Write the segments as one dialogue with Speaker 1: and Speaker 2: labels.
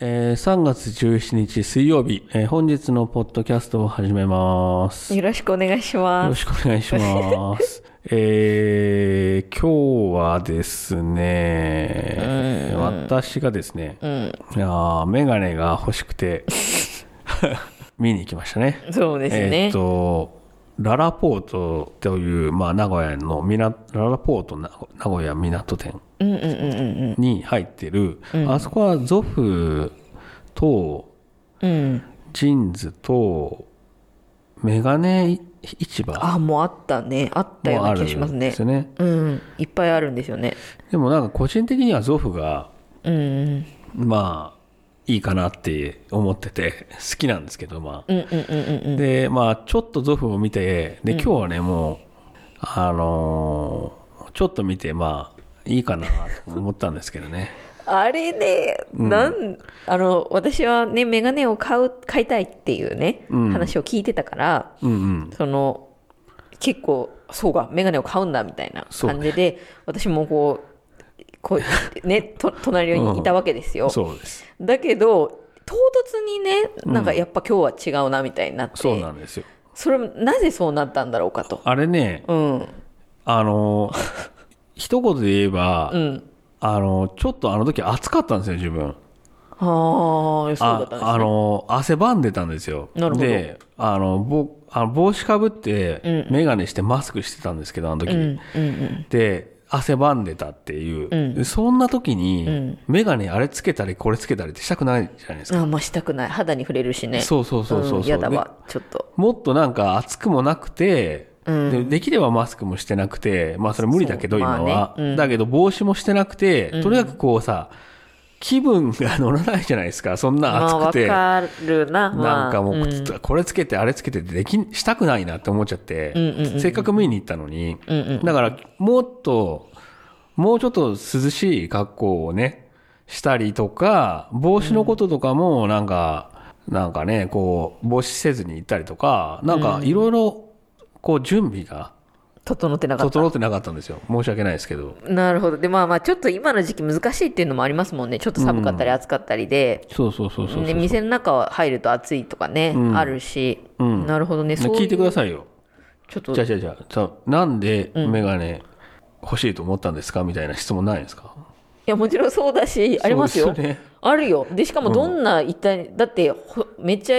Speaker 1: えー3月17日水曜日、えー本日のポッドキャストを始めます。よ
Speaker 2: よろしくお願いしま
Speaker 1: ろ
Speaker 2: す。
Speaker 1: しくお願いします。 えー今日はですね、私がですね、
Speaker 2: うん、
Speaker 1: いやーメガネが欲しくて、 見に行きましたね。
Speaker 2: そうですね。
Speaker 1: えっと、ララポートという、まあ、名古屋のみな、ララポート名古名古屋港店
Speaker 2: うんうんうんうん
Speaker 1: に入ってる、あそこはゾフと
Speaker 2: うん。うん。
Speaker 1: ジーンズとメガネ市場
Speaker 2: あ、もうあったね。あったよう
Speaker 1: もあ
Speaker 2: な
Speaker 1: る
Speaker 2: 気がします
Speaker 1: んで
Speaker 2: ね
Speaker 1: す。よね。
Speaker 2: うん。いっぱいあるんですよね。
Speaker 1: でもなんか個人的にはゾフが、
Speaker 2: うんうん。
Speaker 1: まあ、いいかなって思ってて、 好きなんですけど、まあ。
Speaker 2: うんうんうんうんうん。
Speaker 1: で、まあ、ちょっとゾフを見て、で、今日はね、もう、あのーちょっと見て、まあ、いいかなと思ったんですけど ね。
Speaker 2: あれね、なん、あの、私はね、メガネを買う、買いたいっていうね、話を聞いてたから、
Speaker 1: うんうん。
Speaker 2: その、結構、そうか、メガネを買うんだみたいな
Speaker 1: そうね
Speaker 2: 感じで、私もこう、こう、ね、と隣にいたわけですよ。
Speaker 1: そうです。
Speaker 2: だけど唐突にねなんかやっぱ今日は違うなみたいになって、
Speaker 1: そうなんですよ。
Speaker 2: それなぜそうなったんだろうかと
Speaker 1: あれね、
Speaker 2: うん
Speaker 1: あのー 一言で言えば、
Speaker 2: うん
Speaker 1: あのーちょっとあの時暑かったんですよ、自分。
Speaker 2: ああそうだったんですね
Speaker 1: ああのー汗ばんでたんですよ。
Speaker 2: なるほど
Speaker 1: で、あの、ぼあの帽子かぶって、
Speaker 2: う
Speaker 1: メガネしてマスクしてたんですけど、あの時
Speaker 2: う
Speaker 1: に。
Speaker 2: んうん
Speaker 1: で汗ばんでたっていう、
Speaker 2: うん
Speaker 1: でそんな時に、
Speaker 2: うん
Speaker 1: メガネあれつけたりこれつけたりってしたくないじゃないです
Speaker 2: うん
Speaker 1: か、
Speaker 2: ああまあしたくない肌に触れるしね
Speaker 1: そうそうそうそうそう、
Speaker 2: ん、やだ
Speaker 1: で
Speaker 2: わちょっと
Speaker 1: もっとなんか暑くもなくて、
Speaker 2: うん
Speaker 1: でできればマスクもしてなくてまあそれ無理だけど
Speaker 2: そう
Speaker 1: 今
Speaker 2: まあ
Speaker 1: は、
Speaker 2: ねうん
Speaker 1: だけど帽子もしてなくて、
Speaker 2: うん
Speaker 1: とにかくこうさ気分が乗らないじゃないですかそんな
Speaker 2: まあ
Speaker 1: 暑く
Speaker 2: わ
Speaker 1: て、
Speaker 2: かるな、まあ、
Speaker 1: なんかもう、
Speaker 2: うん、うん
Speaker 1: これつけてあれつけてできんしたくないなって思っちゃって、
Speaker 2: うんうんうんうん
Speaker 1: せっかく見に行ったのに、
Speaker 2: うん
Speaker 1: だから、もっと、もうちょっと涼しい格好をね、したりとか、帽子のこととかも、なんか、なんかね、こう、帽子せずに行ったりとか、なんか、いろいろ、こう、準備が
Speaker 2: 整ってなかった
Speaker 1: 整ってなかったんですよ。申し訳ないですけど。
Speaker 2: なるほどでまあまあちょっと今の時期難しいっていうのもありますもんねちょっと寒かったり暑かったりで、
Speaker 1: そうそうそうそう。
Speaker 2: ね、店の中入ると暑いとかね、あるし、
Speaker 1: うん
Speaker 2: なるほどねそう
Speaker 1: 聞いてくだ
Speaker 2: い
Speaker 1: さいよ。
Speaker 2: うちょっと
Speaker 1: じゃあじゃあじゃあさなんでメガネ欲しいと思ったんですかみたいな質問ないですか
Speaker 2: いやもちろんそうだしありますよ
Speaker 1: そうですね
Speaker 2: あるよでしかもどんな一体、だってほめっちゃ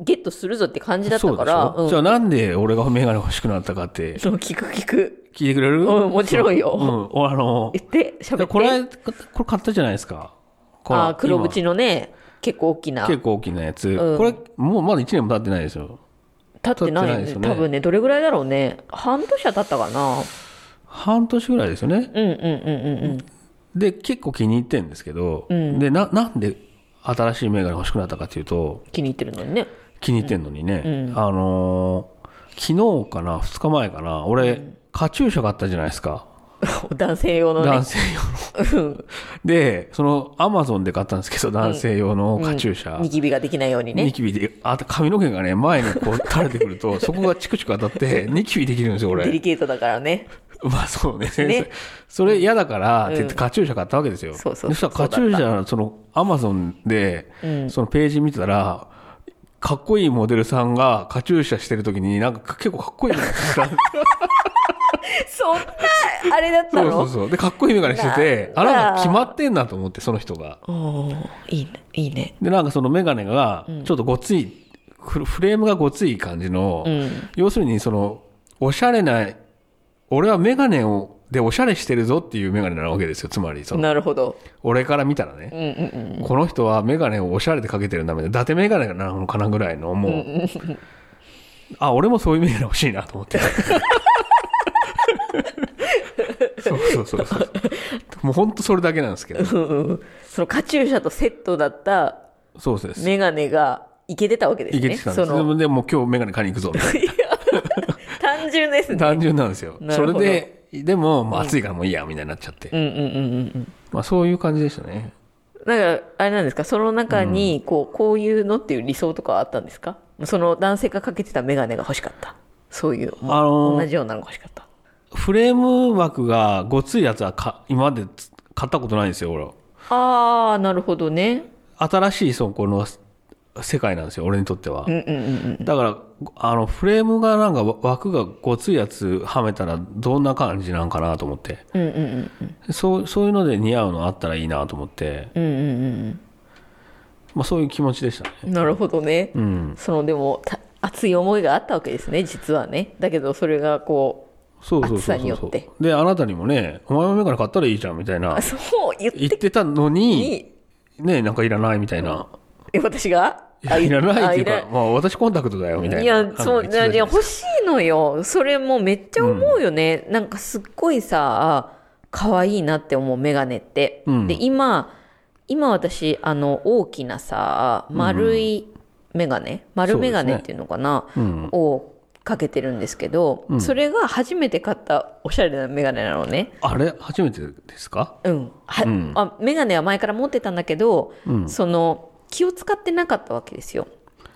Speaker 2: ゲットするぞって感じだったから
Speaker 1: そうでしょじゃあなんで俺がメガネ欲しくなったかって
Speaker 2: うん、聞く聞く、
Speaker 1: 聞いてくれる
Speaker 2: うん、もちろん
Speaker 1: う
Speaker 2: よ、
Speaker 1: ん、あの、
Speaker 2: 言って喋って
Speaker 1: これ、これ買ったじゃないですか。この
Speaker 2: あー黒縁のね結構大き
Speaker 1: 今
Speaker 2: な
Speaker 1: 結構大きなやつ。
Speaker 2: うん
Speaker 1: これ、もうまだ1年も経ってないですよ。
Speaker 2: 立ってない
Speaker 1: 立ってないですよね
Speaker 2: 多分ねどれぐらいだろうね半年は経ったかな
Speaker 1: 半年ぐらいですよね。
Speaker 2: うんうんうん
Speaker 1: で、結構気に入ってるんですけど、
Speaker 2: うん
Speaker 1: で、な、なんで新しいメガネ欲しくなったかというと、
Speaker 2: うん気に入ってるのにね
Speaker 1: 気に入ってんのにね、
Speaker 2: うん
Speaker 1: あのー昨日かな、2日前かな、俺、カチューシャ買ったじゃないですか。
Speaker 2: 男性用のね
Speaker 1: 男性用の。で、その、アマゾンで買ったんですけど、男性用のカチューシャ。
Speaker 2: ニキビができないようにね
Speaker 1: ニキビで、あと髪の毛がね、前にこう垂れてくる と、そこがチクチク当たって、ニキビできるんですよ、
Speaker 2: デリ
Speaker 1: 俺。
Speaker 2: ケートだからね
Speaker 1: まあそうね。
Speaker 2: ね
Speaker 1: それ嫌だから、って言っ
Speaker 2: う
Speaker 1: て
Speaker 2: ん
Speaker 1: カチューシャ買ったわけですよ。
Speaker 2: そうそう
Speaker 1: でしたらカチューシャの、その、アマゾンで、
Speaker 2: うん
Speaker 1: そのページ見てたら、かっこいいモデルさんがカチューシャしてる時に、なんか結構かっこいいのがしてた
Speaker 2: そんなあれだ った
Speaker 1: そう
Speaker 2: の
Speaker 1: そうそう。で、かっこいいメガネしてて、あ
Speaker 2: なあ
Speaker 1: なんか決まってんなと思って、その人が。
Speaker 2: おーいいねいいね
Speaker 1: で、なんかそのメガネが、ちょっとごつい、フルフレームがごつい感じの、
Speaker 2: うん
Speaker 1: 要するにそのおしゃれな俺はメガネをでおしゃれしてるぞっていうメガネなわけですよつまりその
Speaker 2: なるほど
Speaker 1: 俺から見たら
Speaker 2: う
Speaker 1: ね、
Speaker 2: んうんうん
Speaker 1: この人はメガネをおしゃれでかけてるんだみたいな伊達メガネなのかなぐらいのもう、あ俺もそういうメガネ欲しいなと思ってそうそうそうそうもうほんとそれだけなんですけど
Speaker 2: うんうん そのカチューシャとセットだった
Speaker 1: そうです
Speaker 2: メガネがいけてたわけです
Speaker 1: い
Speaker 2: ね
Speaker 1: けてたんです
Speaker 2: その
Speaker 1: でも今日メガネ買いに行くぞみたいな
Speaker 2: 単純ですね
Speaker 1: 単純なんですよ
Speaker 2: な
Speaker 1: そ
Speaker 2: るほ
Speaker 1: れ
Speaker 2: ど
Speaker 1: ででも、まあ、暑いからもういいやみたいになっちゃって、
Speaker 2: うんうんうんうんうん
Speaker 1: まあ、そういう感じでしたね
Speaker 2: なんかあれなんですかその中にこうこういうのっていう理想とかはあったんですかその男性がかけてたメガネが欲しかったそういう
Speaker 1: あのー
Speaker 2: 同じようなのが欲しかった
Speaker 1: フレーム枠がごついやつはか今までつ買ったことないんですよ、俺は。
Speaker 2: ああなるほどね
Speaker 1: 新しい、そこの世界なんですよ、俺にとっては
Speaker 2: う。んうんうん
Speaker 1: だから、あの、フレームがなんか枠がごついやつはめたらどんな感じなんかなと思って。
Speaker 2: うんうんうん
Speaker 1: そう、そういうので似合うのあったらいいなと思って、
Speaker 2: うんうんうん
Speaker 1: まあそういう気持ちでしたね。
Speaker 2: うんなるほどね、
Speaker 1: うん。
Speaker 2: そのでもた熱い思いがあったわけですね実はねだけどそれがこ
Speaker 1: そうそう
Speaker 2: 暑
Speaker 1: そ
Speaker 2: さ
Speaker 1: う
Speaker 2: に
Speaker 1: そ
Speaker 2: よ
Speaker 1: う
Speaker 2: って
Speaker 1: で、あなたにもね、お前もメガネ買ったらいいじゃんみたいうな
Speaker 2: あ、そう言っ
Speaker 1: 言っててたのに、
Speaker 2: に
Speaker 1: ね、なんかいらないみたいな。
Speaker 2: え私が
Speaker 1: いやいらないっていう
Speaker 2: あ
Speaker 1: か、まあ私コンタクトだよみたいな。
Speaker 2: いや、そう、
Speaker 1: なんか言っ
Speaker 2: いや
Speaker 1: てたじゃん
Speaker 2: 欲しいのよ。それもうめっちゃ思うよね。なんかすっごいさ、あ可愛いなって思う、メガネって。
Speaker 1: うん
Speaker 2: で、今、今私、あの、大きなさ、丸いメガネ、丸メガネっていうのかな、
Speaker 1: うん。
Speaker 2: をかけてるんですけど、
Speaker 1: うん
Speaker 2: それが初めて買ったおしゃれなメガネなのね。
Speaker 1: あれ初めてですか
Speaker 2: うん。は
Speaker 1: うん
Speaker 2: あメガネは前から持ってたんだけど、
Speaker 1: うん。
Speaker 2: その、気を使ってなかったわけですよ。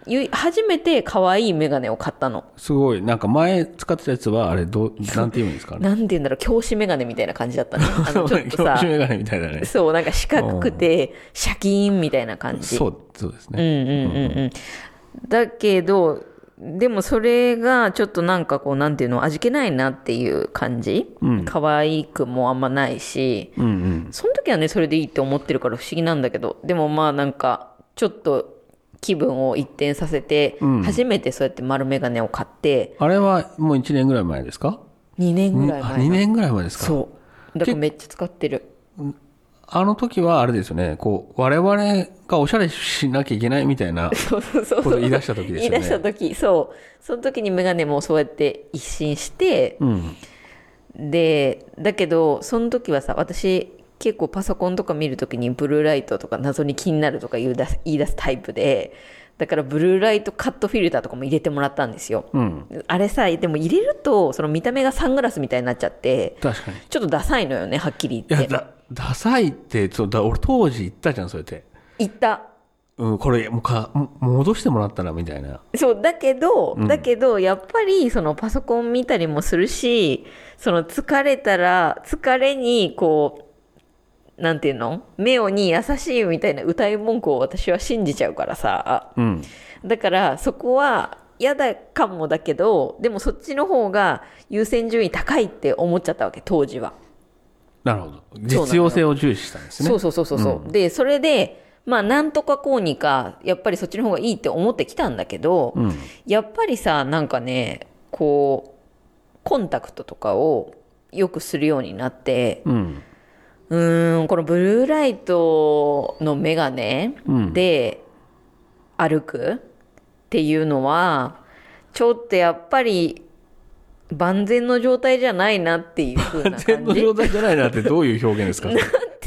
Speaker 2: ゆい初めて可愛いメガネを買ったの。
Speaker 1: すごい。なんか前使ってたやつは、あれ、どう、なんて言うんですかね。
Speaker 2: なんて言うんだろう、教師メガネみたいな感じ だったね。あのちょっと
Speaker 1: 教
Speaker 2: さ
Speaker 1: 師、メガネみたいだね。
Speaker 2: そう、なんか四角くて、シャキーンみたいな感じ。
Speaker 1: そう、そうです
Speaker 2: うん
Speaker 1: ね。
Speaker 2: うんうんうん。だけど、でもそれがちょっとなんかこう、なんていうの、味気ないなっていう感じ。
Speaker 1: うん
Speaker 2: 可愛くもあんまないし、
Speaker 1: うんうん。
Speaker 2: その時はね、それでいいって思ってるから不思議なんだけど、でもまあなんか、ちょっと気分を一転させて、
Speaker 1: うん
Speaker 2: 初めてそうやって丸メガネを買って、
Speaker 1: あれはもう1年ぐらい前ですか
Speaker 2: 2年ぐらい
Speaker 1: あ
Speaker 2: 前
Speaker 1: 2
Speaker 2: の。
Speaker 1: 年ぐらい前ですか
Speaker 2: そう。だからめっちゃ使ってる。
Speaker 1: あの時はあれですよね、こう、我々がおしゃれしなきゃいけないみたいな
Speaker 2: そうそうそう
Speaker 1: こ
Speaker 2: そう
Speaker 1: と言い出した時ですよね。
Speaker 2: 言い出した時そうその時にメガネもそうやって一新して
Speaker 1: うん。
Speaker 2: でだけどその時はさ私結構パソコンとか見る時にブルーライトとか謎に気になるとか言い出す言い出すタイプでだからブルーライトカットフィルターとかも入れてもらったんですよ
Speaker 1: うん。
Speaker 2: あれさでも入れるとその見た目がサングラスみたいになっちゃって
Speaker 1: 確かに。い
Speaker 2: ちょっとダサいのよねはっきり言っ
Speaker 1: や、
Speaker 2: て
Speaker 1: だ、ダサいって、そうだ俺当時言ったじゃん、それって。
Speaker 2: 言った
Speaker 1: うん、これ、もうか、も戻してもらったら、みたいな。
Speaker 2: そうだけど、
Speaker 1: うん
Speaker 2: だけどやっぱりそのパソコン見たりもするしその疲れたら疲れにこうなんていうの目をに優しいみたいな歌い文句を私は信じちゃうからさ
Speaker 1: うん。
Speaker 2: だからそこは嫌だかもだけどでもそっちの方が優先順位高いって思っちゃったわけ当時は。
Speaker 1: なるほど。実用性を重視したんですね。
Speaker 2: そうそうそうそうそう、でそれでまあなんとかこうにかやっぱりそっちの方がいいって思ってきたんだけど、
Speaker 1: うん。
Speaker 2: やっぱりさなんかねこうコンタクトとかをよくするようになって
Speaker 1: うん。
Speaker 2: うーんこのブルーライトのメガネ
Speaker 1: うん
Speaker 2: で歩くっていうのはちょっとやっぱり万全の状態じゃないなっていう風な
Speaker 1: 全
Speaker 2: 感
Speaker 1: の
Speaker 2: じ
Speaker 1: 状態じゃないなってどういう表現ですか
Speaker 2: っ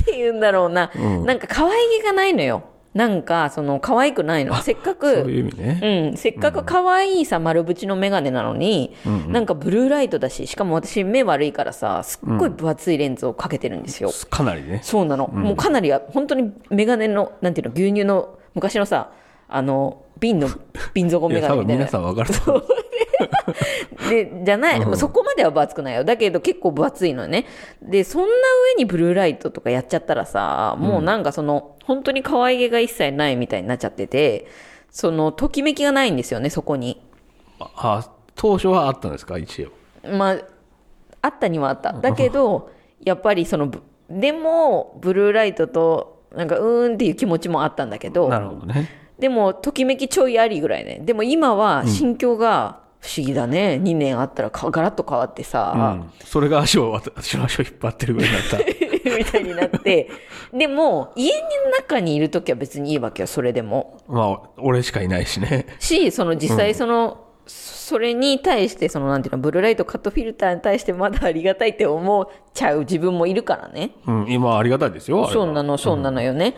Speaker 2: て いうんだろうな、
Speaker 1: うん
Speaker 2: なんか可愛げがないのよなんかその可愛くないのせっ
Speaker 1: そ
Speaker 2: か
Speaker 1: う
Speaker 2: く
Speaker 1: いう意味ね。
Speaker 2: うん、せっかく可愛いさ丸縁のメガネなのに、
Speaker 1: うんうん
Speaker 2: なんかブルーライトだししかも私目悪いからさすっごい分厚いレンズをかけてるんですよ、
Speaker 1: かなりね。
Speaker 2: そうなの、もうかなりや本当にメガネのなんていうの牛乳の昔のさあの 瓶の瓶底
Speaker 1: い
Speaker 2: メ
Speaker 1: や、
Speaker 2: ガ
Speaker 1: 多
Speaker 2: ネみ
Speaker 1: 分
Speaker 2: たい
Speaker 1: 皆
Speaker 2: な
Speaker 1: さん分かると思う。
Speaker 2: でじゃない、もうそこまでは分厚くないよだけど結構分厚いのねでそんな上にブルーライトとかやっちゃったらさもうなんかその、本当に可愛げが一切ないみたいになっちゃっててそのときめきがないんですよねそこに。
Speaker 1: ああ、当初はあったんですか、一応。
Speaker 2: まあ、あったにはあった。だけど、やっぱりその、ぶでも、ブルーライトと、なんか、うーんっていう気持ちもあったんだけど、
Speaker 1: なるほどね。
Speaker 2: でも、ときめきちょいありぐらいね。でも今は、心境が不思議だね。2年あったらか、ガラッと変わって
Speaker 1: う
Speaker 2: さ、
Speaker 1: ん。それが足を、私の足を引っ張ってるぐらいになっ た。
Speaker 2: みたいになって、でも、家の中にいるときは別にいいわけよ、それでも。
Speaker 1: まあ、俺しかいないしね。
Speaker 2: し、その実際その、それに対して、そのなんていうの、ブルーライトカットフィルターに対してまだありがたいって思っちゃう自分もいるからね。
Speaker 1: うん、今ありがたいですよ。あれは
Speaker 2: そうなの、そうなのよね。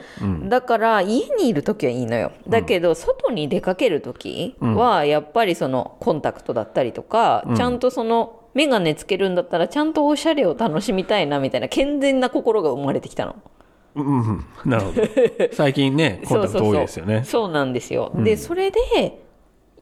Speaker 2: だから、家にいる時はいいのよ。だけど、外に出かける時は、やっぱりそのコンタクトだったりとか、ちゃんとその、メガネつけるんだったら、ちゃんとおしゃれを楽しみたいな、みたいな、健全な心が生まれてきたの。
Speaker 1: うん、うんなるほど。最近 ね、コンタクト多いですよね。
Speaker 2: そうそうそうそうなんですよ、でそれで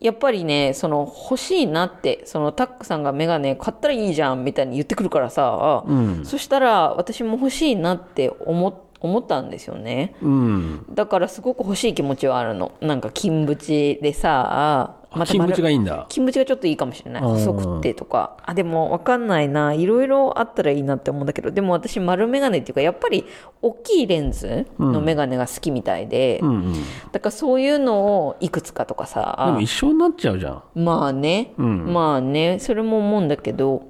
Speaker 2: やっぱりねその欲しいなってそのタックさんがメガネ買ったらいいじゃんみたいに言ってくるからさ、
Speaker 1: うん
Speaker 2: そしたら私も欲しいなって思思思ったんですよね
Speaker 1: うん。
Speaker 2: だからすごく欲しい気持ちはあるのなんか金縁でさまた
Speaker 1: 金
Speaker 2: 丸
Speaker 1: 縁がいいんだ。
Speaker 2: 金縁がちょっといいかもしれない
Speaker 1: うん
Speaker 2: 細くってとかあでも分かんないないろいろあったらいいなって思うんだけどでも私丸眼鏡っていうかやっぱり大きいレンズの眼鏡が好きみたいで、
Speaker 1: うんうん。で
Speaker 2: だからそういうのをいくつかとか
Speaker 1: も
Speaker 2: さ
Speaker 1: 一緒になっちゃうじゃん。
Speaker 2: まあね、
Speaker 1: うん
Speaker 2: まあねそれも思うんだけど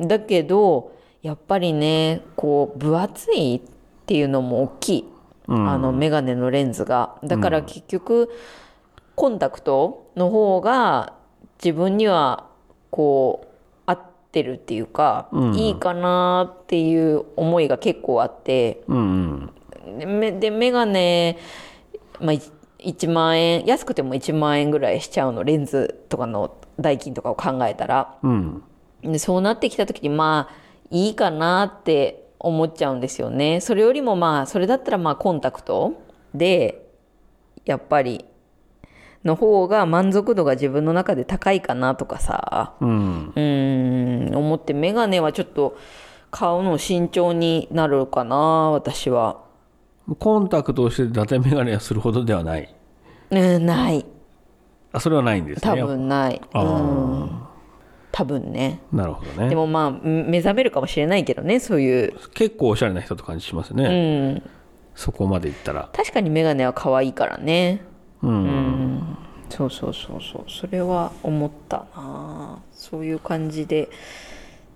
Speaker 2: だけどやっぱりねこう分厚いっていうのも大きい、
Speaker 1: うん
Speaker 2: あの眼鏡のレンズがだから結局、コンタクトの方が自分にはこう合ってるっていうか、
Speaker 1: うん
Speaker 2: いいかなっていう思いが結構あって。
Speaker 1: うん
Speaker 2: でめでメガネ、まあ、い1万円安くても1万円ぐらいしちゃうのレンズとかの代金とかを考えたら
Speaker 1: うん。うん。
Speaker 2: でそうなってきた時にまあいいかなって思っちゃうんですよねそれよりもまあそれだったらまあコンタクトでやっぱりの方が満足度が自分の中で高いかなとかさ
Speaker 1: うん。
Speaker 2: うーん思ってメガネはちょっと買うの慎重になるかな私は。
Speaker 1: コンタクトをして伊達メガネをするほどではない。
Speaker 2: うん、ない
Speaker 1: あ、それはないんですね。
Speaker 2: 多分ない、
Speaker 1: あー
Speaker 2: うん、多分ね
Speaker 1: なるほど
Speaker 2: で
Speaker 1: ね。
Speaker 2: もまあうん目覚めるかもしれないけどねそういう、
Speaker 1: 結構おしゃれな人って感じしますね。
Speaker 2: うん、
Speaker 1: そこまでいったら。
Speaker 2: 確かに眼鏡は可愛いからね
Speaker 1: うん。
Speaker 2: そうそうそうそうそれは思ったなそういう感じで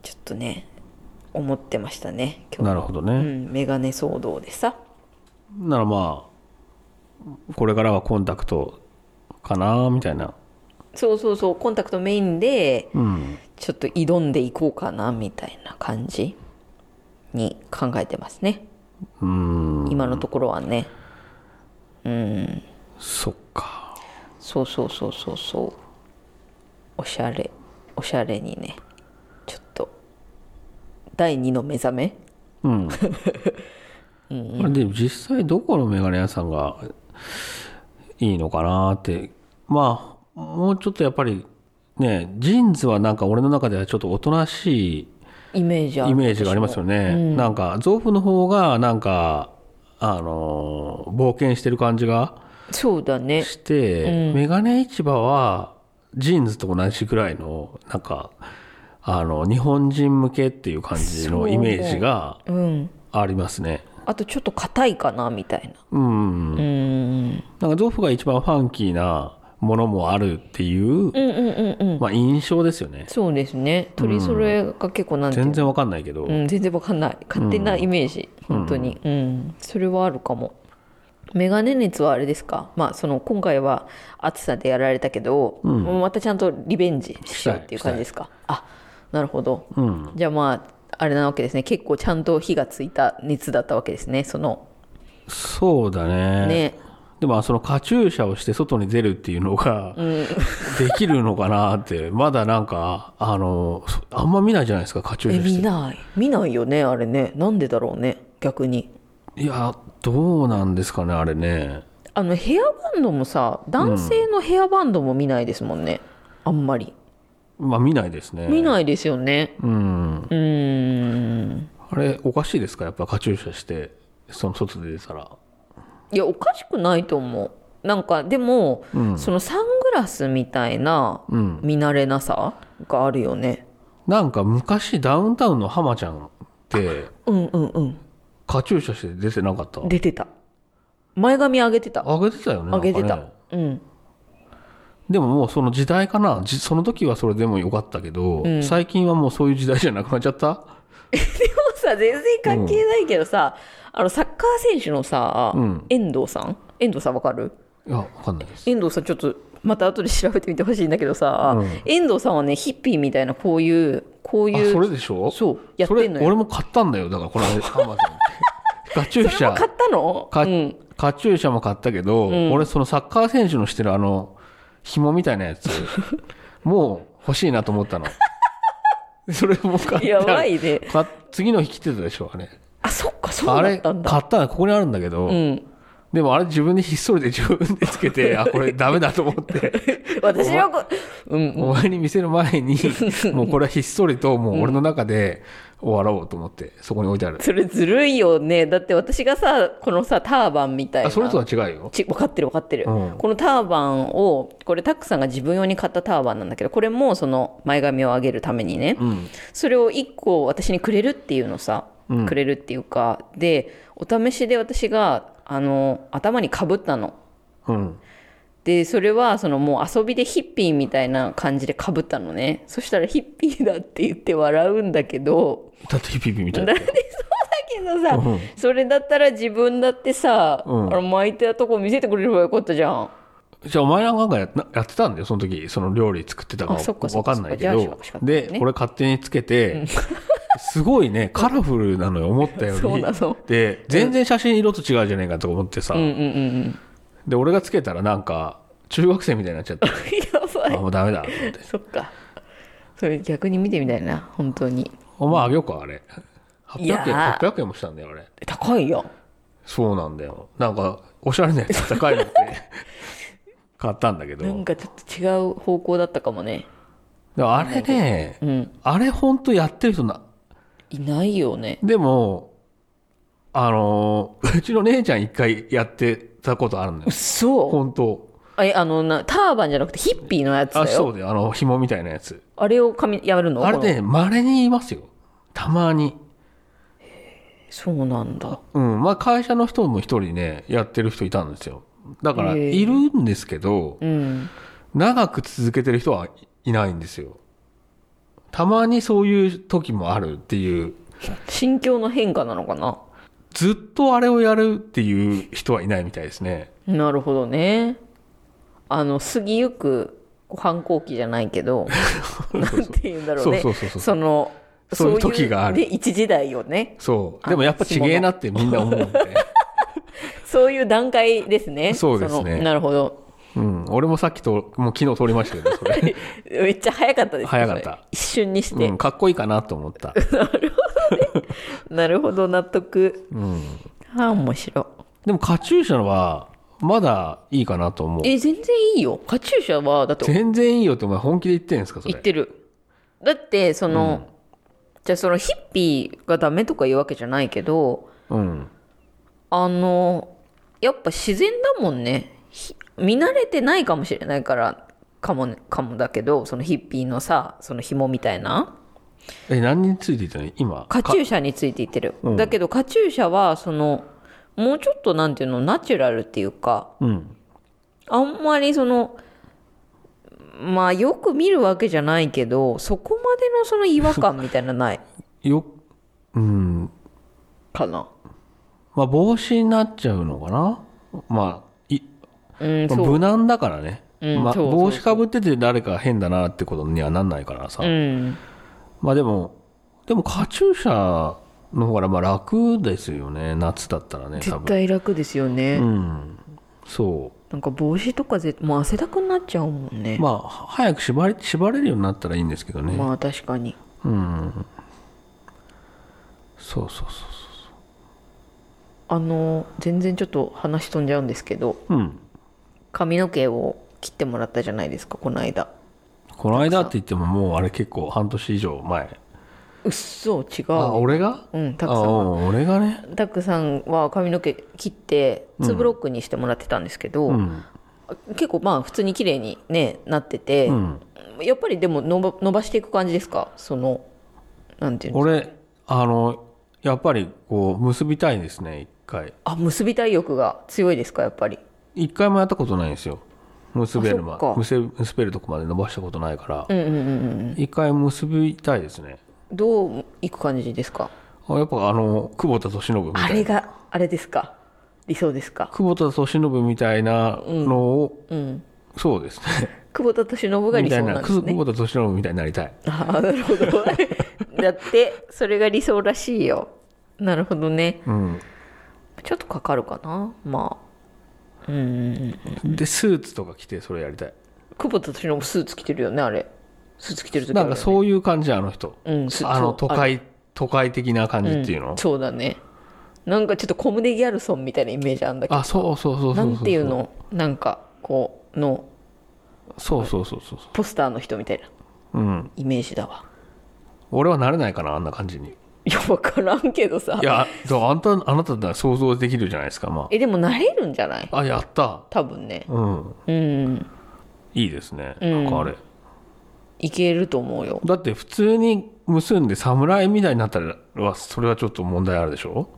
Speaker 2: ちょっとね思ってましたね今
Speaker 1: なるほど
Speaker 2: 日、う
Speaker 1: ね。
Speaker 2: ん、眼鏡騒動でさ
Speaker 1: ならまあ、これからはコンタクトかな、みたいな。
Speaker 2: そうそうそうコンタクトメインで
Speaker 1: うん。
Speaker 2: ちょっと挑んでいこうかなみたいな感じに考えてますね
Speaker 1: うん。
Speaker 2: 今のところはね
Speaker 1: そっか。
Speaker 2: そうそうそうそうそうおしゃれおしゃれにねちょっと第二の目覚め
Speaker 1: うん。あれでも実際どこのメガネ屋さんがいいのかなって。まあ、もうちょっとやっぱりね、ジーンズはなんか俺の中ではちょっとおとなしい
Speaker 2: イメージある
Speaker 1: イメージがありますよね。なんか、造布の方がなんか、あのー冒険してる感じが
Speaker 2: そうだね
Speaker 1: して、メガネ市場はジーンズと同じぐらいの、なんか、あの、日本人向けっていう感じのイメージが
Speaker 2: うん
Speaker 1: ありますね。
Speaker 2: あとちょっと硬いかなみたい
Speaker 1: うん。
Speaker 2: なうん
Speaker 1: なんか、ゾフが一番ファンキーなものもあるっていう、
Speaker 2: うんうんうんうん
Speaker 1: まあ、印象ですよね。
Speaker 2: そうですね取り揃えが結構なんていうの
Speaker 1: 全然わかんないけど、
Speaker 2: うん、全然わかんない勝手なイメージ、本当に、うん、それはあるかもメガネ熱はあれですかまあその今回は暑さでやられたけど、もうまたちゃんとリベンジしようっていう感じですかあなるほど、
Speaker 1: ん
Speaker 2: じゃあまああれなわけですね結構ちゃんと火がついた熱だったわけですねその
Speaker 1: そうだね。
Speaker 2: ね
Speaker 1: でも、そのカチューシャをして外に出るっていうのが、できるのかなって、まだなんか、あの、そあんま見ないじゃないですか、カチューシ
Speaker 2: え
Speaker 1: ャし
Speaker 2: 見ない見ないよねあれねなんでだろうね逆に
Speaker 1: て。いや、どうなんですかね、あれね。
Speaker 2: あのヘアバンドもさ男性のヘアバンドも見ないですもんね、あんまり
Speaker 1: まあ、見ないですね。
Speaker 2: 見ないですよね、
Speaker 1: うん。
Speaker 2: うーん
Speaker 1: あれ、おかしいですか、やっぱカチューシャして、その外で出たら。
Speaker 2: いやおかしくないと思うなんかでも、
Speaker 1: うん
Speaker 2: そのサングラスみたいな
Speaker 1: うん。
Speaker 2: 見慣れなさがあるよね
Speaker 1: なんか、昔、ダウンタウンの浜ちゃんって、
Speaker 2: うんうんうん
Speaker 1: カチューシャして出てなかった
Speaker 2: 出てた前髪上げてた
Speaker 1: あげてたよね
Speaker 2: 上げて
Speaker 1: な
Speaker 2: た、
Speaker 1: んかね
Speaker 2: うん
Speaker 1: でももうその時代かなじその時はそれでもよかったけど、
Speaker 2: ん
Speaker 1: 最近はもうそういう時代じゃなくなっちゃった
Speaker 2: でもさ全然関係ないけどさ、あのサッカー選手のさ、
Speaker 1: うん
Speaker 2: 遠藤さん遠藤さんわかる
Speaker 1: いやわかんないです
Speaker 2: 遠藤さんちょっとまた後で調べてみてほしいんだけどさ、
Speaker 1: うん
Speaker 2: 遠藤さんはねヒッピーみたいなこういうこう
Speaker 1: あ
Speaker 2: いう
Speaker 1: それでしょ
Speaker 2: そうやってんの
Speaker 1: それ
Speaker 2: よ
Speaker 1: 俺も買ったんだよだからこの間 Amazon でカチュー
Speaker 2: そ
Speaker 1: シ
Speaker 2: れも買
Speaker 1: ャ
Speaker 2: ったの
Speaker 1: か
Speaker 2: うん
Speaker 1: カチューシャも買ったけど、
Speaker 2: ん
Speaker 1: 俺そのサッカー選手のしてるあの紐みたいな やつもう欲しいなと思ったのそれも買った
Speaker 2: やばいね。
Speaker 1: か次の日来てたでしょあれ
Speaker 2: あ、そっか、そう
Speaker 1: あ
Speaker 2: だ
Speaker 1: れ
Speaker 2: ったんだ。
Speaker 1: 買ったのここにあるんだけど、
Speaker 2: うん。
Speaker 1: でもあれ自分でひっそりで自 分でつけ て、あ、これダメだと思って、
Speaker 2: 私はこ、うん。
Speaker 1: お前に見せる前に、もうこれはひっそりと、もう俺の中で、終わろうと思って、そこに置いてある。
Speaker 2: それずるいよねだって私がさこのさターバンみたいな
Speaker 1: あ、それとは違うよ。
Speaker 2: ち分かってる分かってる、
Speaker 1: うん
Speaker 2: このターバンをこれタックさんが自分用に買ったターバンなんだけどこれもその前髪を上げるためにね、
Speaker 1: うん。
Speaker 2: それを1個私にくれるっていうのさ、
Speaker 1: うん
Speaker 2: くれるっていうかでお試しで私があの頭にかぶったの
Speaker 1: うん。
Speaker 2: でそれはそのもう遊びでヒッピーみたいな感じでかぶったのねそしたらヒッピーだって言って笑うんだけど
Speaker 1: だってヒピピみた
Speaker 2: ないんで
Speaker 1: な。
Speaker 2: そうだけどさ、
Speaker 1: うん
Speaker 2: それだったら自分だってさ、
Speaker 1: うん
Speaker 2: あの巻いてたとこ見せてくれればよかったじゃん
Speaker 1: じゃあお前らなんかやなやってたんだよ、その時、その料理作ってたか
Speaker 2: あそっかそ
Speaker 1: わ
Speaker 2: っか
Speaker 1: かんないけ
Speaker 2: じゃあ
Speaker 1: ど
Speaker 2: しか。し
Speaker 1: で、
Speaker 2: ね
Speaker 1: これ勝手につけて、すごいね、カラフルなのよ、思ったよ
Speaker 2: そう
Speaker 1: り
Speaker 2: なの。
Speaker 1: で、全然写真色と違うじゃねえかとか思ってさ
Speaker 2: うん、うんうん
Speaker 1: で、俺がつけたらなんか、中学生みたいになっちゃ って、
Speaker 2: うんやば
Speaker 1: あ、
Speaker 2: い
Speaker 1: もうダメだと思って。
Speaker 2: そっかそれ逆に見てみたいな本当に
Speaker 1: お前あげようか、あれ。
Speaker 2: いや
Speaker 1: 800円、
Speaker 2: ー
Speaker 1: 800円もしたんだよ、あれ。
Speaker 2: 高いよ
Speaker 1: そうなんだよ。なんか、おしゃれなやつ高 いのって買ったんだけど。
Speaker 2: なんかちょっと違う方向だったかもね
Speaker 1: でもあれね、
Speaker 2: うん
Speaker 1: あれほんとやってる人な、
Speaker 2: いないよね
Speaker 1: でも、あのーうちの姉ちゃん一回やってたことあるのよ。
Speaker 2: そう
Speaker 1: ほんと。
Speaker 2: えあのなターバンじゃなくてヒッピーのやつだよ
Speaker 1: あ、そうだよ。あの、紐みたいなやつ。
Speaker 2: あれを髪やるの
Speaker 1: あれね、稀にいますよ。たまに。
Speaker 2: そうなんだ
Speaker 1: うん。まあ、会社の人も一人ね、やってる人いたんですよ。だから、
Speaker 2: へえ
Speaker 1: いるんですけど、
Speaker 2: うん
Speaker 1: 長く続けてる人はいないんですよ。たまにそういう時もあるっていう、
Speaker 2: 心境の変化なのかな
Speaker 1: ずっとあれをやるっていう人はいないみたいですね。
Speaker 2: なるほどねあの過ぎゆくこう反抗期じゃない けどなんて言うんだろうね
Speaker 1: そうそうそうそう
Speaker 2: の
Speaker 1: そういう時がある
Speaker 2: そういうで一時代よね
Speaker 1: そう。
Speaker 2: あ
Speaker 1: でもやっぱちげえなってみんな思うんで。
Speaker 2: そういう段階ですね
Speaker 1: そうですね
Speaker 2: のなるほど
Speaker 1: うん、俺もさっきと、もう昨日通りましたけど、そ れ。
Speaker 2: めっちゃ早かったですね
Speaker 1: 早かった
Speaker 2: それ一瞬にして、
Speaker 1: うん、かっこいいかなと思った。
Speaker 2: なるほど納得
Speaker 1: うん。
Speaker 2: ああ面白
Speaker 1: でも、カチューシャは、まだいいかなと思う。
Speaker 2: いえ全然いいよカチューシャはだって
Speaker 1: 全然いいよってお前本気で言ってんですか、それ。
Speaker 2: 言ってるだってその、じゃあそのヒッピーがダメとか言うわけじゃないけど
Speaker 1: うん。
Speaker 2: あのやっぱ自然だもんねひ見慣れてないかもしれないからかも,、かもだけどそのヒッピーのさその紐みたいな
Speaker 1: え、何についていたの今。
Speaker 2: カチューシャについていってる、
Speaker 1: うん
Speaker 2: だけどカチューシャはそのもうちょっとなんていうのナチュラルっていうか
Speaker 1: うん。
Speaker 2: あんまりそのまあよく見るわけじゃないけどそこまでのその違和感みたいなの ない
Speaker 1: よ、うん。
Speaker 2: かな
Speaker 1: まあ、帽子になっちゃうのかなまあ、い、
Speaker 2: うん
Speaker 1: まあ
Speaker 2: そう
Speaker 1: 無難だからね。
Speaker 2: うん
Speaker 1: まあ、
Speaker 2: そうそうそう
Speaker 1: 帽子かぶってて誰か変だなってことにはなんないからさ。
Speaker 2: うん
Speaker 1: まあでも、でもカチューシャの方がまあ楽ですよね、夏だったらね、多
Speaker 2: 絶
Speaker 1: 分。
Speaker 2: 対楽ですよね、
Speaker 1: うん。そ
Speaker 2: なんか帽子とかぜもう汗だくになっちゃうもんね
Speaker 1: う。まあ、早く縛れ縛れるようになったらいいんですけどね。
Speaker 2: まあ確かに
Speaker 1: うん。そうそうそうそ
Speaker 2: あの全然ちょっと話飛んじゃうんですけど
Speaker 1: う。うん。
Speaker 2: 髪の毛を切ってもらったじゃないですかこの間
Speaker 1: この間って言ってももうあれ結構半年以上前。
Speaker 2: うっそ違
Speaker 1: あ、
Speaker 2: う
Speaker 1: 俺が
Speaker 2: うんタク
Speaker 1: あ、
Speaker 2: さん
Speaker 1: うん俺がね。
Speaker 2: タクさんは髪の毛切って2ブロックにしてもらってたんですけど、
Speaker 1: うん。
Speaker 2: 結構まあ普通に綺麗にねなってて、
Speaker 1: うん。
Speaker 2: やっぱりでも伸ば伸ばしていく感じですかそのなんていうの
Speaker 1: 俺、あの、やっぱりこう、結びたいですね、一回。
Speaker 2: あ結びたい欲が強いですかやっぱり
Speaker 1: 一回もやったことないんですよ結べるま
Speaker 2: あそっか
Speaker 1: 結べ結べるとこまで伸ばしたことないから
Speaker 2: うんうんうんうん
Speaker 1: 一、回結びたいですね
Speaker 2: どういく感じですか
Speaker 1: あやっぱあの久保田利伸み
Speaker 2: あ
Speaker 1: たい
Speaker 2: れ
Speaker 1: な
Speaker 2: があれですか理想ですか
Speaker 1: 久保田利伸みたいなのを、
Speaker 2: うん
Speaker 1: そうですね
Speaker 2: 久保田利伸が
Speaker 1: み
Speaker 2: 理
Speaker 1: た
Speaker 2: 想
Speaker 1: い
Speaker 2: な
Speaker 1: なん
Speaker 2: です
Speaker 1: 久
Speaker 2: ね
Speaker 1: 保田利伸みたいになりたい
Speaker 2: ああなるほど だってそれが理想らしいよなるほどね
Speaker 1: うん
Speaker 2: ちょっとかかるかなまあうん
Speaker 1: でスーツとか着てそれやりたい
Speaker 2: 久保田利伸スーツ着てるよねあれスーツ着てる時
Speaker 1: なんか
Speaker 2: う
Speaker 1: そういう感じあの人、
Speaker 2: うんす
Speaker 1: あの都
Speaker 2: そうあ
Speaker 1: 会都会的な感じっていうの、
Speaker 2: んそうだねなんかちょっとコムデ・ギャルソンみたいなイメージあんだけ
Speaker 1: あそうそうそうそう
Speaker 2: どな
Speaker 1: そ
Speaker 2: んていうのなんかこうの
Speaker 1: そうそうそうそうそ
Speaker 2: ポスターの人みたいな
Speaker 1: ううん
Speaker 2: イメージだわ
Speaker 1: 俺はなれないかなあんな感じに
Speaker 2: いや分からんけどさ
Speaker 1: いや、そうあんた、あなたなら想像できるじゃないですか、ま
Speaker 2: えでも慣れるんじゃない
Speaker 1: あ。あ、やった。
Speaker 2: 多分ね
Speaker 1: うん。
Speaker 2: うん
Speaker 1: いいですね。
Speaker 2: うん
Speaker 1: なんかあれ。
Speaker 2: いけると思うよ
Speaker 1: だって普通に結んで侍みたいになったらは、それはちょっと問題あるでしょ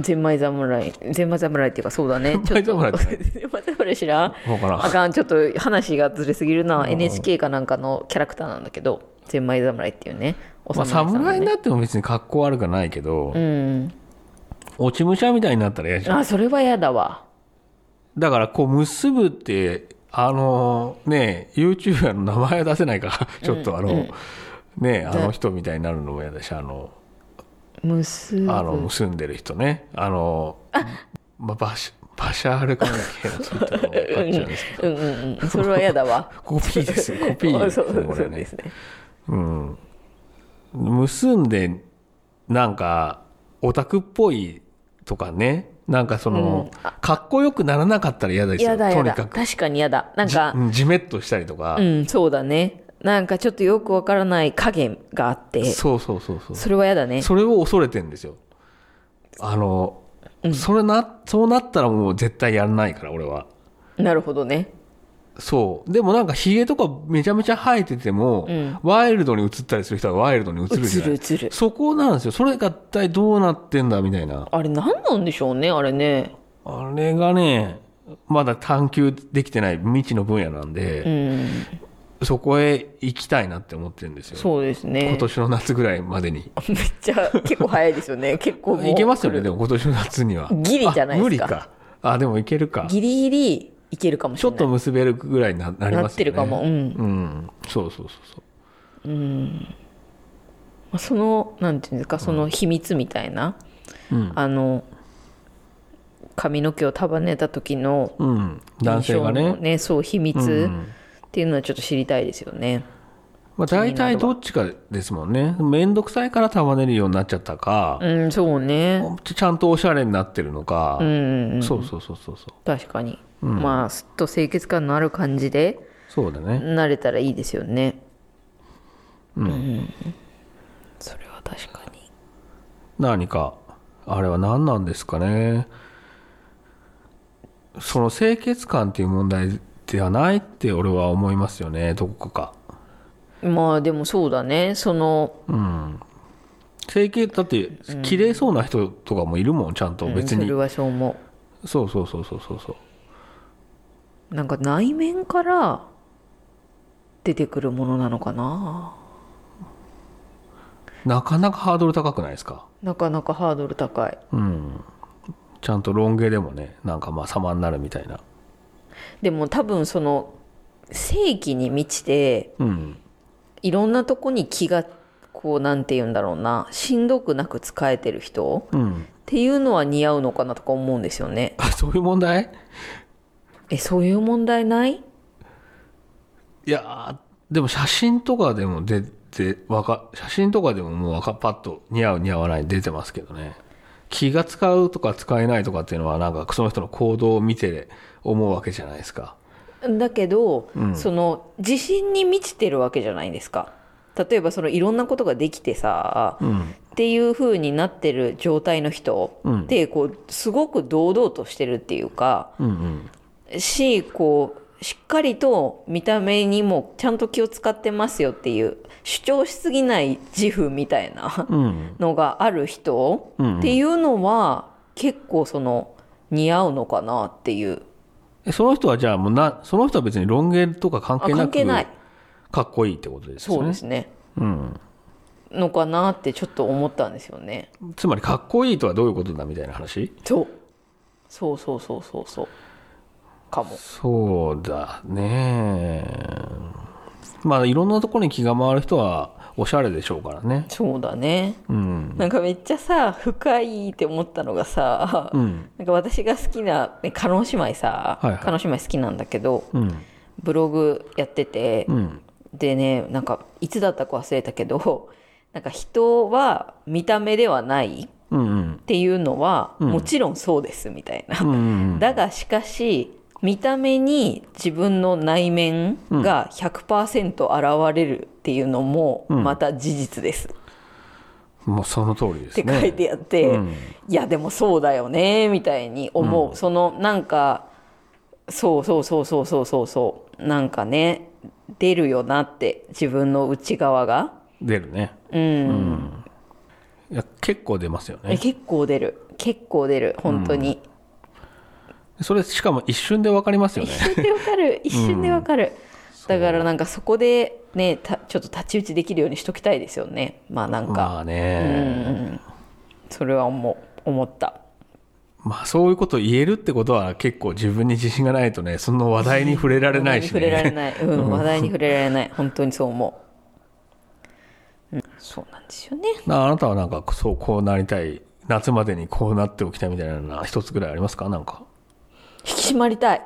Speaker 2: ゼンマイ侍ゼンマイ侍っていうかそうだねちょ っと
Speaker 1: ゼンマイ侍っ
Speaker 2: ゼンマイ侍知らん
Speaker 1: わからん。
Speaker 2: あかんちょっと話がずれすぎるな NHK かなんかのキャラクターなんだけどゼンマイ侍っていうねお
Speaker 1: まあ、
Speaker 2: さんの
Speaker 1: 侍に
Speaker 2: ね
Speaker 1: なっても別に格好悪くはないけど、
Speaker 2: うん
Speaker 1: 落ち武者みたいになったら嫌じゃん。
Speaker 2: あそれは嫌だわ
Speaker 1: だから、こう、結ぶって、あのね、YouTuber の名前は出せないから、 ちょっとあの、ね、あの人みたいになるのも嫌だし、あの、
Speaker 2: 結ぶ
Speaker 1: あの、結んでる人ね。あの、まあ、バシ、バシャール関係のツイッターの分かっちゃうん ですけ
Speaker 2: うんうんうんそれは嫌だわ
Speaker 1: ど。コピーですよ、コ ピーです
Speaker 2: そ
Speaker 1: よ
Speaker 2: うそう
Speaker 1: こ
Speaker 2: そ
Speaker 1: れ
Speaker 2: うで
Speaker 1: ね
Speaker 2: す。ね
Speaker 1: うん。結んで、なんか、オタクっぽいとかね。なんかその、かっこよくならなかったら嫌ですよ。
Speaker 2: 嫌だ
Speaker 1: と
Speaker 2: 嫌
Speaker 1: に
Speaker 2: だ
Speaker 1: かく。
Speaker 2: 確かに嫌だなんか
Speaker 1: うんじめっとしたりとか
Speaker 2: う。んそうだねなんかちょっとよくわからない影があって
Speaker 1: そうそうそうそう。
Speaker 2: それは嫌だね
Speaker 1: それを恐れてんですよ。あの、それな、そうなったらもう絶対やらないから、俺は。
Speaker 2: なるほどね
Speaker 1: そう。でもなんかヒゲとかめちゃめちゃ生えてても、
Speaker 2: ん
Speaker 1: ワイルドに映ったりする人はワイルドに映
Speaker 2: 映
Speaker 1: るじゃない
Speaker 2: る映る
Speaker 1: そこなんですよ。それが一体どうなってんだみたいな。
Speaker 2: あれ何なんでしょうねあれね
Speaker 1: あれがね、まだ探求できてない未知の分野なん
Speaker 2: う
Speaker 1: で、
Speaker 2: ん
Speaker 1: そこへ行きたいなって思ってるんですよ。
Speaker 2: そうですね
Speaker 1: 今年の夏ぐらいまでに。
Speaker 2: めっちゃ結構早いです よね結構もう
Speaker 1: いけますよね、でも今年の夏には。
Speaker 2: ギリじゃないですか
Speaker 1: あ無理か。あ、でもいけるか。
Speaker 2: ギリギリいけるかもし
Speaker 1: ちょ
Speaker 2: れ
Speaker 1: っ
Speaker 2: ない
Speaker 1: と結べるぐらいにななりますよね。
Speaker 2: なってるかもうん
Speaker 1: うん。そうそうそうそう。
Speaker 2: まあそのなんていうんですかその秘密みたいな、
Speaker 1: うん
Speaker 2: あの髪の毛を束ねた時の
Speaker 1: うん、男性が
Speaker 2: 印象
Speaker 1: ね
Speaker 2: の。そう秘密
Speaker 1: うん
Speaker 2: っていうのはちょっと知りたいですよね、
Speaker 1: まあ、大体どっちかですもんね。めんどくさいから束ねるようになっちゃったか、
Speaker 2: うんそうね
Speaker 1: ちゃんとおしゃれになってるのか、
Speaker 2: うん、うん、
Speaker 1: そうそうそうそうそう。
Speaker 2: 確かに、まあすっと清潔感のある感じで
Speaker 1: そうだね。
Speaker 2: 慣れたらいいですよねうん、それは確かに
Speaker 1: 何か、あれは何なんですかね。その清潔感っていう問題ではないって俺は思いますよね、どこか。
Speaker 2: まあでもそうだねその
Speaker 1: うん。清潔、だって、綺麗そうな人とかもいるもん、ちゃんと別
Speaker 2: うん
Speaker 1: に
Speaker 2: それ。はそう思
Speaker 1: そうそうそうそうそうそう。
Speaker 2: うなんか内面から出てくるものなのかな
Speaker 1: なかなかハードル高くないですか。
Speaker 2: なかなかハードル高い
Speaker 1: うん、ちゃんとロン毛でもねなんかまあ様になるみたいな、
Speaker 2: でも多分その正規に満ちて
Speaker 1: うん、
Speaker 2: いろんなとこに気がこうなんて言うんだろうなしんどくなく使えてる人
Speaker 1: うん、
Speaker 2: っていうのは似合うのかなとか思うんですよね
Speaker 1: あそういう問題
Speaker 2: えそういう問題ない
Speaker 1: いやーでも写真とかでも出てわか写真とかでももうわかパッと似合う似合わない出てますけどね気が使うとか使えないとかっていうのはなんかその人の行動を見て思うわけじゃないですか
Speaker 2: だけど、その自信に満ちてるわけじゃないですか例えばそのいろんなことができてさ、
Speaker 1: ん
Speaker 2: っていう風になってる状態の人
Speaker 1: うん
Speaker 2: ってこうすごく堂々としてるっていうか
Speaker 1: うんうん
Speaker 2: しこうしっかりと見た目にもちゃんと気を使ってますよっていう主張しすぎない自負みたいな
Speaker 1: うん
Speaker 2: のがある人
Speaker 1: うんうん
Speaker 2: っていうのは結構その似合うのかなっていう
Speaker 1: えその人はじゃあもうなその人は別にロン毛とか関
Speaker 2: あ
Speaker 1: 係な
Speaker 2: 関
Speaker 1: く
Speaker 2: 係ない
Speaker 1: かっこいいってことですよね
Speaker 2: そうですね
Speaker 1: うん、
Speaker 2: のかなってちょっと思ったんですよね
Speaker 1: つまりかっこいいとはどういうことだみたいな話
Speaker 2: そうそうそうそうそうそうかも
Speaker 1: そうだねまあいろんなところに気が回る人はおしゃれでしょうからね
Speaker 2: そうだね
Speaker 1: うん
Speaker 2: なんかめっちゃさ深いって思ったのがさ、
Speaker 1: うん
Speaker 2: なんか私が好きなね叶姉妹さ
Speaker 1: はいはい
Speaker 2: 叶、姉妹好きなんだけど
Speaker 1: うん
Speaker 2: ブログやってて、
Speaker 1: うん
Speaker 2: でねなんかいつだったか忘れたけど なんか人は見た目ではないっ
Speaker 1: うんうん
Speaker 2: ていうのは、
Speaker 1: うん
Speaker 2: もちろんそうですみたいな
Speaker 1: うんうん
Speaker 2: だがしかし見た目に自分の内面が100%現れるっていうのも
Speaker 1: うん
Speaker 2: また事実です、
Speaker 1: もうその通りで
Speaker 2: っ
Speaker 1: す
Speaker 2: て
Speaker 1: ね。
Speaker 2: 書いてあって、
Speaker 1: うん
Speaker 2: いやでもそうだよねみたいに思う、そのなんかそうそうそうそうそうそうそうなんかね出るよなって自分の内側が
Speaker 1: 出るね。
Speaker 2: うん、
Speaker 1: いや結構出ますよ
Speaker 2: え
Speaker 1: ね。
Speaker 2: 結構出る結構出る本当に、
Speaker 1: それしかも一瞬でわかりますよね。
Speaker 2: 一瞬でわか る一瞬でわかる、だからなんかそこでねたちょっと太刀打ちできるようにしときたいですよねまあなんか、
Speaker 1: まあね、
Speaker 2: それは思う思った
Speaker 1: まあそういうこと言えるってことは結構自分に自信がないとね、その話題に触れられないし、ね。
Speaker 2: 話題に触れられない、 うん、話題に触れられない本当にそう思う、うん、そうなんですよね
Speaker 1: なあなたはなんかそうこうなりたい夏までにこうなっておきたいみたいなのは一つぐらいありますかなんか
Speaker 2: 引き締まりたい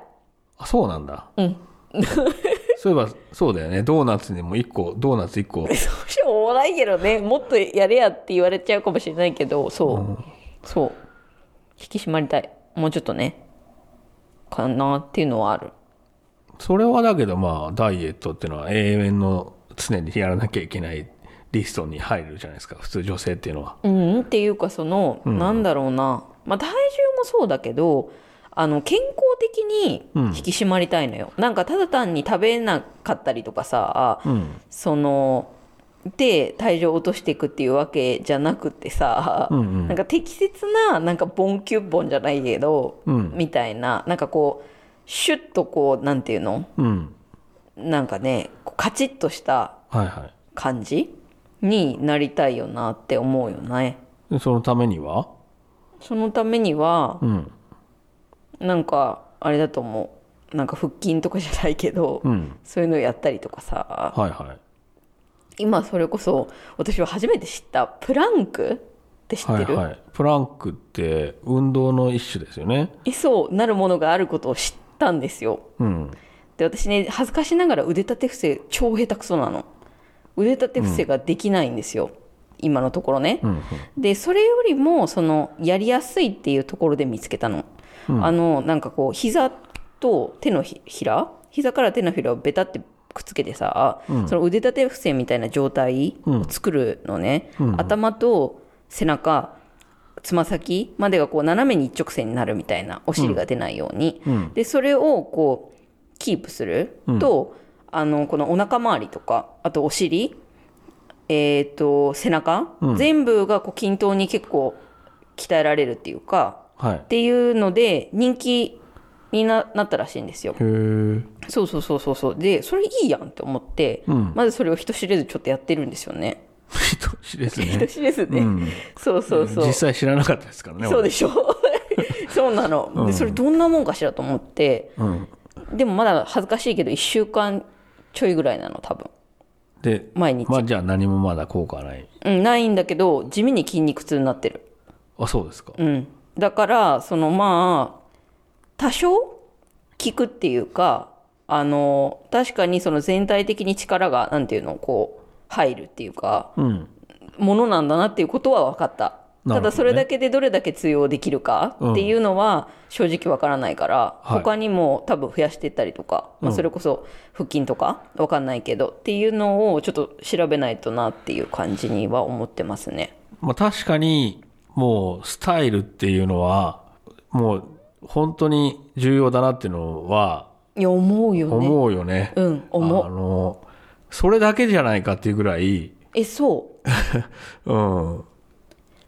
Speaker 1: あそうなんだ
Speaker 2: うん
Speaker 1: そういえばそうだよねドーナツにも一個ドーナツ一個
Speaker 2: そうしようもないけどねもっとやれやって言われちゃうかもしれないけどそう、そう引き締まりたいもうちょっとねかなっていうのはある
Speaker 1: それはだけどまあダイエットっていうのは永遠の常にやらなきゃいけないリストに入るじゃないですか普通女性っていうのは
Speaker 2: うんっていうかその、なんだろうな、まあ、体重もそうだけどあの健康的に引き締まりたいのよ、なんかただ単に食べなかったりとかさ、
Speaker 1: うん
Speaker 2: そので体重を落としていくっていうわけじゃなくてさ、
Speaker 1: うんうん
Speaker 2: なんか適切ななんかボンキュッボンじゃないけど、
Speaker 1: うん
Speaker 2: みたいななんかこうシュッとこうなんていうの
Speaker 1: うん
Speaker 2: なんかねこうカチッとした
Speaker 1: はいは
Speaker 2: 感じになりたいよなって思うよね。
Speaker 1: いでそのためには
Speaker 2: そのためには
Speaker 1: うん
Speaker 2: なんかあれだと思うなんか腹筋とかじゃないけど、
Speaker 1: うん
Speaker 2: そういうのやったりとかさ
Speaker 1: はいはい
Speaker 2: 今それこそ私は初めて知ったプランクって知って
Speaker 1: はい
Speaker 2: る、
Speaker 1: はいプランクって運動の一種ですよね
Speaker 2: いそうなるものがあることを知ったんですよ
Speaker 1: うん
Speaker 2: で私ね恥ずかしながら腕立て伏せ超下手くそなの腕立て伏せができないんですよ、今のところね、
Speaker 1: うん
Speaker 2: でそれよりもそのやりやすいっていうところで見つけたの、あのなんかこう膝と手のひひら膝から手のひらをベタってくっつけてさ、その腕立て伏せみたいな状態を作るのね、頭と背中つま先までがこう斜めに一直線になるみたいなお尻が出ないように、でそれをこうキープすると、あのこのお腹周りとかあとお尻えー、と背中、全部がこう均等に結構鍛えられるっていうか
Speaker 1: はい
Speaker 2: っていうので人気にななったらしいんですよ
Speaker 1: へえ
Speaker 2: そうそうそうそうそうでそれいいやんって思って、まずそれを人知れずちょっとやってるんですよね
Speaker 1: 人知れず
Speaker 2: 人
Speaker 1: ね。
Speaker 2: 知れずね、そうそうそう
Speaker 1: 実際知らなかったですからね。
Speaker 2: そうでしょ そうなの、でそれどんなもんかしらと思って、
Speaker 1: 俺うん
Speaker 2: でもまだ恥ずかしいけど1週間ちょいぐらいなの多分
Speaker 1: で、
Speaker 2: 毎日
Speaker 1: まあじゃあ何もまだ効果はない。
Speaker 2: うんないんだけど地味に筋肉痛になってる
Speaker 1: あ、そうですか。
Speaker 2: うん、だからそのまあ多少効くっていうかあの確かにその全体的に力がなんていうのこう入るっていうか
Speaker 1: うん。
Speaker 2: ものなんだなっていうことは分かった、
Speaker 1: なるほど
Speaker 2: た
Speaker 1: ね
Speaker 2: だそれだけでどれだけ通用できるかっていうのは正直分からないから、
Speaker 1: はい
Speaker 2: 他にも多分増やしていったりとか、まあ、それこそ腹筋とか分かんないけどっていうのをちょっと調べないとなっていう感じには思ってますね。
Speaker 1: まあ確かに、もうスタイルっていうのは、もう本当に重要だなっていうのはい
Speaker 2: や思うよね。
Speaker 1: 思うよね。
Speaker 2: うん思う
Speaker 1: あの、それだけじゃないかっていうぐらい、
Speaker 2: えそう
Speaker 1: うん。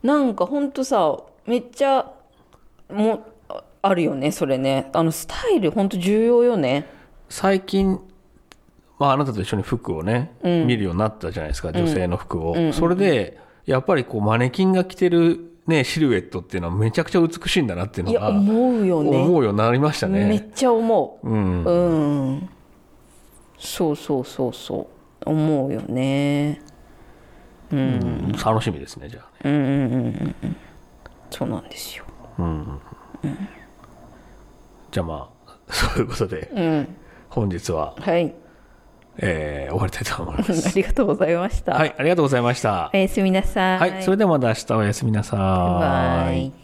Speaker 2: なんかほんとさめっちゃもうああるよねそれねあのスタイルほんと重要よね
Speaker 1: 最近、まあ、あなたと一緒に服をね、見るようになったじゃないですか女性の服を、それでやっぱりこうマネキンが着てる、ね、シルエットっていうのはめちゃくちゃ美しいんだなっていう
Speaker 2: い
Speaker 1: の
Speaker 2: や
Speaker 1: が
Speaker 2: 思うよね
Speaker 1: 思うようになりました
Speaker 2: め
Speaker 1: ね
Speaker 2: っちゃ思う
Speaker 1: うん
Speaker 2: うん、そうそうそうそう思うよね
Speaker 1: うん楽しみですねじゃあね
Speaker 2: うんうんうんうんうんそうなんですよ
Speaker 1: じゃあまあ そういうことで
Speaker 2: うん
Speaker 1: 本日は、
Speaker 2: はい
Speaker 1: えー終わりたいと 思います
Speaker 2: ありがとうございました、
Speaker 1: はいありがとうございました
Speaker 2: おやすみなさい
Speaker 1: はいそれではまた明日おやすみなさ
Speaker 2: バイバイ